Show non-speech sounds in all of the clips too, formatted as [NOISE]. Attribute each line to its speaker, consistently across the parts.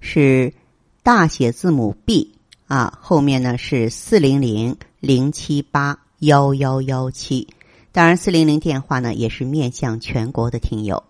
Speaker 1: 是大写字母 B 啊，后面呢是四零零零七八幺幺幺七。当然，四零零电话呢也是面向全国的听友。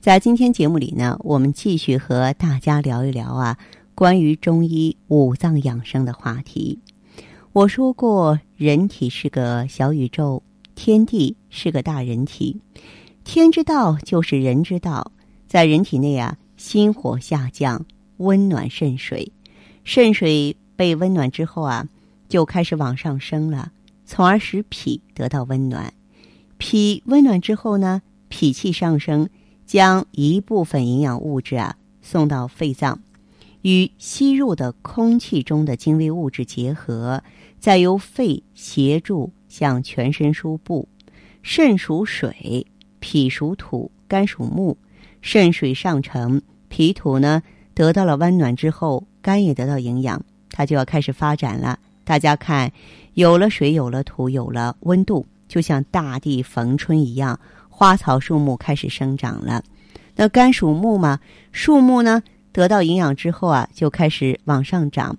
Speaker 1: 在今天节目里呢，我们继续和大家聊一聊啊，关于中医五脏养生的话题。我说过，人体是个小宇宙，天地是个大人体，天之道就是人之道。在人体内啊，心火下降，温暖肾水，肾水被温暖之后啊，就开始往上升了，从而使脾得到温暖。脾温暖之后呢，脾气上升，将一部分营养物质啊送到肺脏，与吸入的空气中的精微物质结合，再由肺协助向全身输布。肾属水，脾属土，肝属木，肾水上乘，脾土呢得到了温暖之后，肝也得到营养，它就要开始发展了。大家看，有了水，有了土，有了温度，就像大地逢春一样，花草树木开始生长了。那肝属木嘛，树木呢得到营养之后啊，就开始往上涨。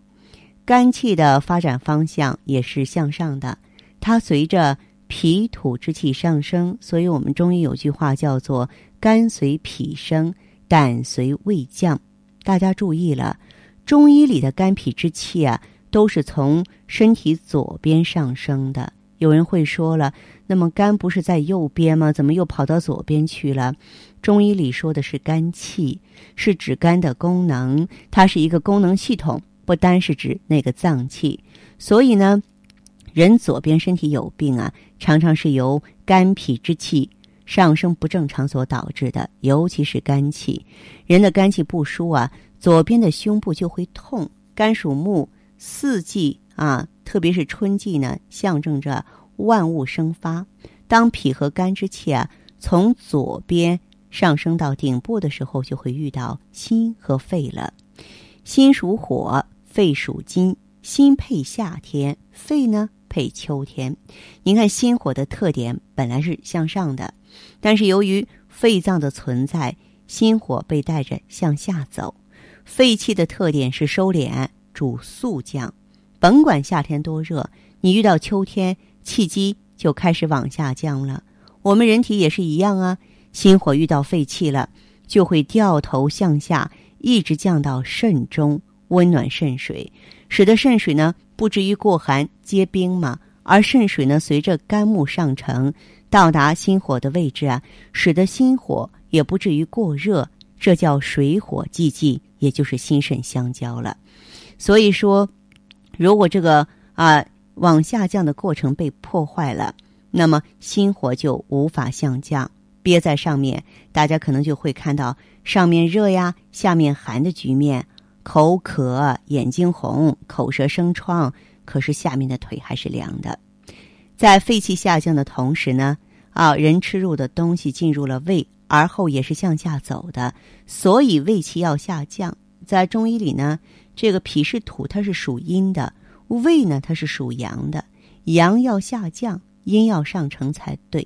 Speaker 1: 肝气的发展方向也是向上的，它随着脾土之气上升，所以我们中医有句话叫做“肝随脾升，胆随胃降”。大家注意了，中医里的肝脾之气啊，都是从身体左边上升的。有人会说了，那么肝不是在右边吗？怎么又跑到左边去了？中医里说的是肝气，是指肝的功能，它是一个功能系统，不单是指那个脏器。所以呢，人左边身体有病啊，常常是由肝脾之气上升不正常所导致的，尤其是肝气。人的肝气不舒啊，左边的胸部就会痛。肝属木，四季啊，特别是春季呢，象征着万物生发。当脾和肝之气啊从左边上升到顶部的时候，就会遇到心和肺了。心属火，肺属金，心配夏天，肺呢配秋天。您看，心火的特点本来是向上的，但是由于肺脏的存在，心火被带着向下走。肺气的特点是收敛，主肃降。甭管夏天多热，你遇到秋天，气机就开始往下降了。我们人体也是一样啊，心火遇到肺气了，就会掉头向下，一直降到肾中，温暖肾水，使得肾水呢不至于过寒结冰嘛。而肾水呢，随着肝木上乘，到达心火的位置啊，使得心火也不至于过热，这叫水火既济，也就是心肾相交了。所以说，如果这个啊往下降的过程被破坏了，那么心火就无法下降，憋在上面，大家可能就会看到上面热呀，下面寒的局面，口渴、眼睛红、口舌生疮，可是下面的腿还是凉的。在肺气下降的同时呢，啊，人吃入的东西进入了胃，而后也是向下走的，所以胃气要下降。在中医里呢，这个脾是土，它是属阴的；胃呢，它是属阳的。阳要下降，阴要上乘才对。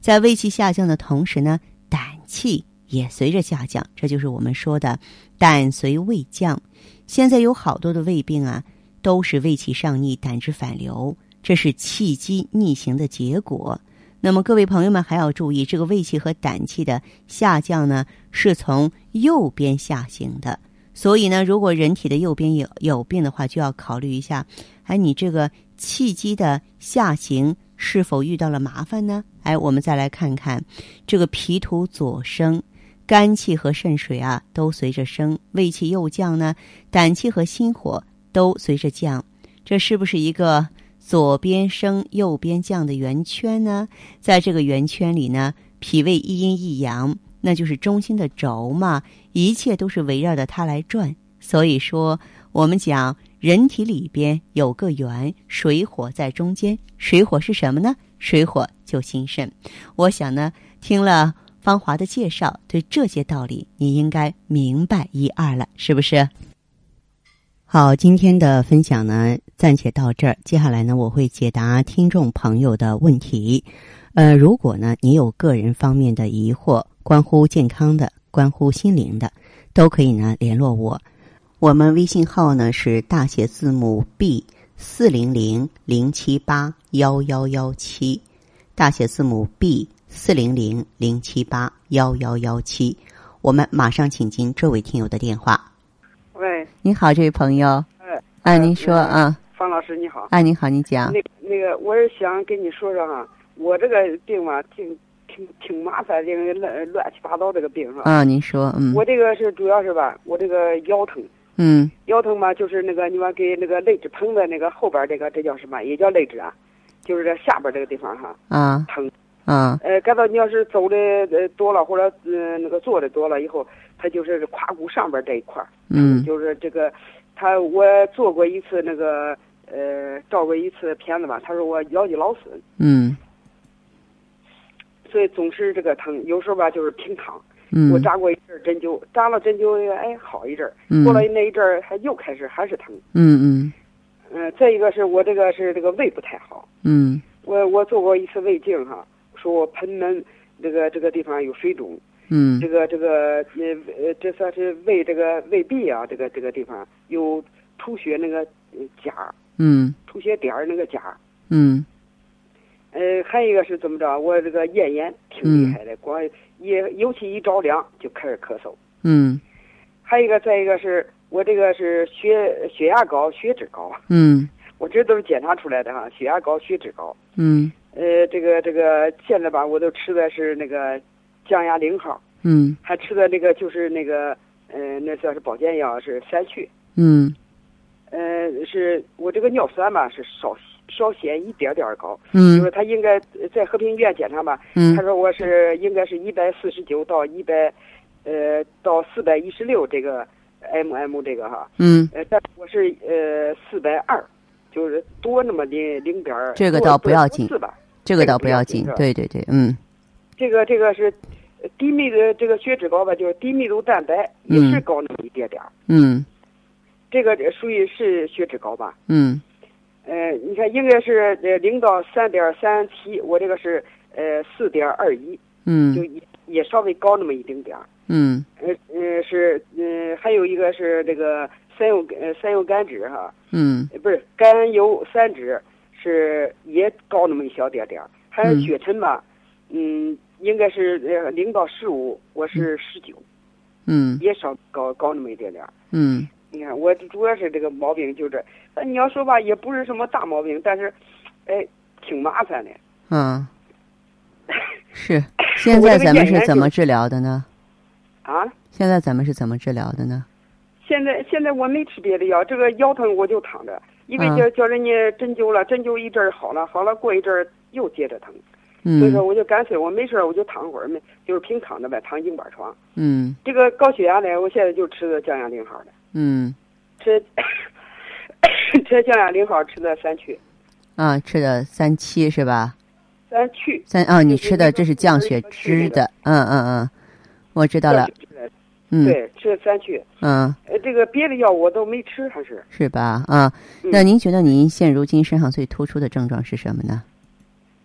Speaker 1: 在胃气下降的同时呢，胆气也随着下降，这就是我们说的胆随胃降。现在有好多的胃病啊，都是胃气上逆，胆汁反流，这是气机逆行的结果。那么各位朋友们还要注意，这个胃气和胆气的下降呢，是从右边下行的。所以呢，如果人体的右边有有病的话，就要考虑一下，哎，你这个气机的下行是否遇到了麻烦呢？哎，我们再来看看这个脾土左升，肝气和肾水啊都随着升，胃气又降呢，胆气和心火都随着降，这是不是一个左边升右边降的圆圈呢？在这个圆圈里呢，脾胃一阴一阳，那就是中心的轴嘛，一切都是围绕着它来转。所以说，我们讲人体里边有个元，水火在中间。水火是什么呢？水火就心肾。我想呢，听了芳华的介绍，对这些道理你应该明白一二了，是不是？好，今天的分享呢，暂且到这儿。接下来呢，我会解答听众朋友的问题。呃，如果呢你有个人方面的疑惑，关乎健康的，关乎心灵的，都可以呢联络我。我们微信号呢是大写字母 B 四零零零七八幺幺幺七，大写字母 B 四零零零七八幺幺幺七。我们马上请进这位听友的电话。
Speaker 2: 喂，
Speaker 1: 你好，这位朋友。
Speaker 2: 哎，
Speaker 1: 啊，您说啊，
Speaker 2: 方老师你好。
Speaker 1: 啊，你好，你讲。
Speaker 2: 那个那个，我是想跟你说说啊，我这个病吧，挺挺挺麻烦，这个乱乱七八糟这个病是吧？
Speaker 1: 啊，您说，嗯
Speaker 2: 我这个是主要是吧，我这个腰疼，
Speaker 1: 嗯，
Speaker 2: 腰疼吧，就是那个你们给那个肋骨盆的那个后边儿这个，这叫什么？也叫肋骨啊，就是这下边儿这个地方哈、
Speaker 1: 啊
Speaker 2: 疼。
Speaker 1: 啊
Speaker 2: 呃，感到你要是走的呃多了，或者呃那个坐的多了以后，它就是胯骨上边儿这一块儿。
Speaker 1: 嗯
Speaker 2: 就是这个，他我做过一次那个呃，照过一次片子吧，他说我腰肌劳损，
Speaker 1: 嗯
Speaker 2: 所以总是这个疼，有时候吧就是平躺。
Speaker 1: 嗯，
Speaker 2: 我扎过一阵针灸，扎了针灸哎好一阵儿，
Speaker 1: 嗯
Speaker 2: 过了那一阵儿还又开始还是疼。
Speaker 1: 嗯
Speaker 2: 嗯、再一个是我这个是这个胃不太好，
Speaker 1: 嗯嗯
Speaker 2: 我我做过一次胃镜哈，说我盆门这个这个地方有水肿，
Speaker 1: 嗯
Speaker 2: 这个这个呃呃这算是胃这个胃壁啊，这个这个地方有出血那个呃痂儿，
Speaker 1: 嗯
Speaker 2: 出血点儿那个痂儿。
Speaker 1: 嗯
Speaker 2: 呃，还有一个是怎么着？我这个咽炎挺厉害的，光也尤其一着凉就开始咳嗽。
Speaker 1: 嗯
Speaker 2: 还有一个，再一个是我这个是血血压高、血脂高， [LAUGHS]
Speaker 1: 嗯
Speaker 2: 我这都是检查出来的哈，血压高、血脂高。
Speaker 1: 嗯
Speaker 2: 呃，这个这个现在吧，我都吃的是那个降压零号，
Speaker 1: 嗯
Speaker 2: 还吃的那个就是那个呃，那算是保健药是三聚。
Speaker 1: 嗯
Speaker 2: 呃，是我这个尿酸吧是稍稍显一点点儿高，就
Speaker 1: 嗯
Speaker 2: 是他应该在和平医院检查吧，他
Speaker 1: 嗯
Speaker 2: 说我是应该是一百四十九到一百，呃，到四百一十六这个 mm 这个哈，
Speaker 1: 嗯，
Speaker 2: 呃，但是我是呃四百二，就是多那么零零点儿，
Speaker 1: 这个倒不要紧
Speaker 2: 是吧？
Speaker 1: 这个倒不要紧，对对对，嗯
Speaker 2: 这个这个是呃低密的这个血脂高吧，就是低密度蛋白也
Speaker 1: 嗯
Speaker 2: 是高那么一点点儿，
Speaker 1: 嗯
Speaker 2: 这个属于是血脂高吧？
Speaker 1: 嗯
Speaker 2: 呃，你看应该是呃零到三点三七，我这个是呃四点二一，就
Speaker 1: 嗯
Speaker 2: 也也稍微高那么一丁点儿。
Speaker 1: 嗯
Speaker 2: 呃呃是呃还有一个是这个三油呃三油甘脂哈，
Speaker 1: 嗯
Speaker 2: 呃不是甘油三酯是也高那么一小点点儿，还有
Speaker 1: 嗯
Speaker 2: 血沉吧，嗯应该是呃零到十五，我是十九，
Speaker 1: 嗯
Speaker 2: 也稍高高那么一点点儿。
Speaker 1: 嗯
Speaker 2: 你看我主要是这个毛病就这，但你要说吧也不是什么大毛病，但是，哎挺麻烦的。
Speaker 1: 啊，是。现在咱们是怎么治疗的呢？
Speaker 2: 啊，
Speaker 1: 现在咱们是怎么治疗的呢？
Speaker 2: 现在现在我没吃别的药，这个腰疼我就躺着，因为
Speaker 1: 啊
Speaker 2: 叫叫人家针灸了，针灸一阵儿好了，好了过一阵儿又接着疼，所以说
Speaker 1: 嗯
Speaker 2: 我就干脆我没事儿我就躺会儿，没就是平躺着呗，躺硬板床。
Speaker 1: 嗯
Speaker 2: 这个高血压呢，我现在就吃的降压零号的，
Speaker 1: 嗯
Speaker 2: 吃 [COUGHS] 吃降压零号吃的三曲，
Speaker 1: 啊，吃的三七是吧？
Speaker 2: 三曲
Speaker 1: 三啊，你
Speaker 2: 就是
Speaker 1: 吃
Speaker 2: 那
Speaker 1: 的
Speaker 2: 个
Speaker 1: 这是降血脂的，嗯嗯嗯，我知道了，嗯
Speaker 2: 对，吃了三曲，
Speaker 1: 嗯，
Speaker 2: 呃，这个别的药我都没吃，还是
Speaker 1: 是吧？啊，
Speaker 2: 嗯
Speaker 1: 那您觉得您现如今身上最突出的症状是什么呢？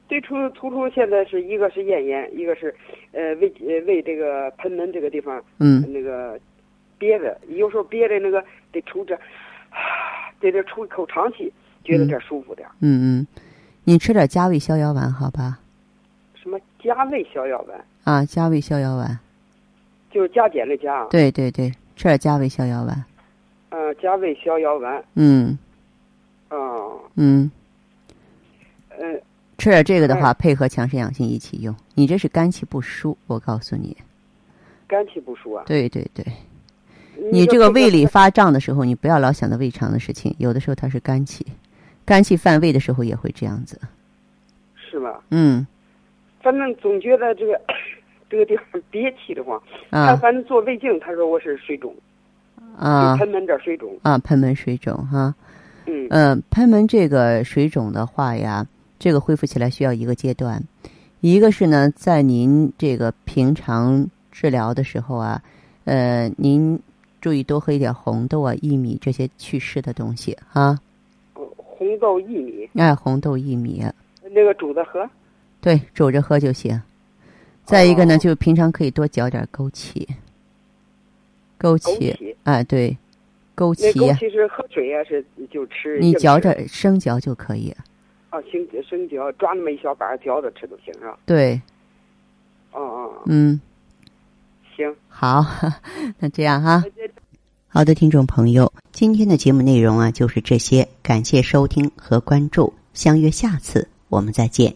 Speaker 2: 最突突出现在是一个是咽炎，一个是呃胃呃胃这个盆门这个地方。
Speaker 1: 嗯
Speaker 2: 那个憋着，有时候憋的那个得出这， [SIGHS] 得这出一口长气，觉得这舒服点儿。
Speaker 1: 嗯嗯，你吃点加味逍遥丸好吧？
Speaker 2: 什么加味逍遥丸，
Speaker 1: 啊，加味逍遥丸，
Speaker 2: 就是加减的加啊，
Speaker 1: 对对对，吃点加味逍遥丸，
Speaker 2: 嗯、加味逍遥丸，
Speaker 1: 嗯
Speaker 2: 嗯
Speaker 1: 嗯，
Speaker 2: 嗯
Speaker 1: 吃点这个的话，配合强肾养心一起用，你这是肝气不舒，我告诉你，
Speaker 2: 肝气不舒啊。
Speaker 1: 对对对，
Speaker 2: 你
Speaker 1: 你嗯这
Speaker 2: 这
Speaker 1: 个胃里发胀的时候，你不要老想着胃肠的事情，有的时候它是肝气，肝气犯胃的时候也会这样子。
Speaker 2: 是吧？
Speaker 1: 嗯
Speaker 2: 反正总觉 [COUGHS] 得这个这个地方憋气的慌。他
Speaker 1: 啊
Speaker 2: 反正做胃镜，他说我是水肿，
Speaker 1: 啊
Speaker 2: 就，喷门诊水肿。
Speaker 1: 啊，贲门水肿哈、
Speaker 2: 嗯
Speaker 1: 嗯，贲门这个水肿的话呀，这个恢复起来需要一个阶段，一个是呢，在您这个平常治疗的时候啊，呃，您注意多喝一点红豆啊、薏米这些祛湿的东西啊，
Speaker 2: 红豆薏米
Speaker 1: 爱红豆、薏米，啊
Speaker 2: 那个煮的喝。
Speaker 1: 对，煮着喝就行。再一个呢，
Speaker 2: 哦
Speaker 1: 就平常可以多嚼点枸杞，枸
Speaker 2: 枸
Speaker 1: 杞，
Speaker 2: 杞，
Speaker 1: 哎，对，枸
Speaker 2: 那
Speaker 1: 杞
Speaker 2: 枸
Speaker 1: 呀、
Speaker 2: 杞是喝水呀、是就吃？
Speaker 1: 你
Speaker 2: 硬吃
Speaker 1: 嚼着生嚼就可以，
Speaker 2: 啊，生生嚼，抓那么一小把儿嚼着吃就行啊。
Speaker 1: 对，
Speaker 2: 哦哦，哦
Speaker 1: 嗯。
Speaker 2: 行，
Speaker 1: 好， [LAUGHS] 那这样哈
Speaker 2: 那。这
Speaker 1: 好的，听众朋友，今天的节目内容啊就是这些，感谢收听和关注，相约下次我们再见。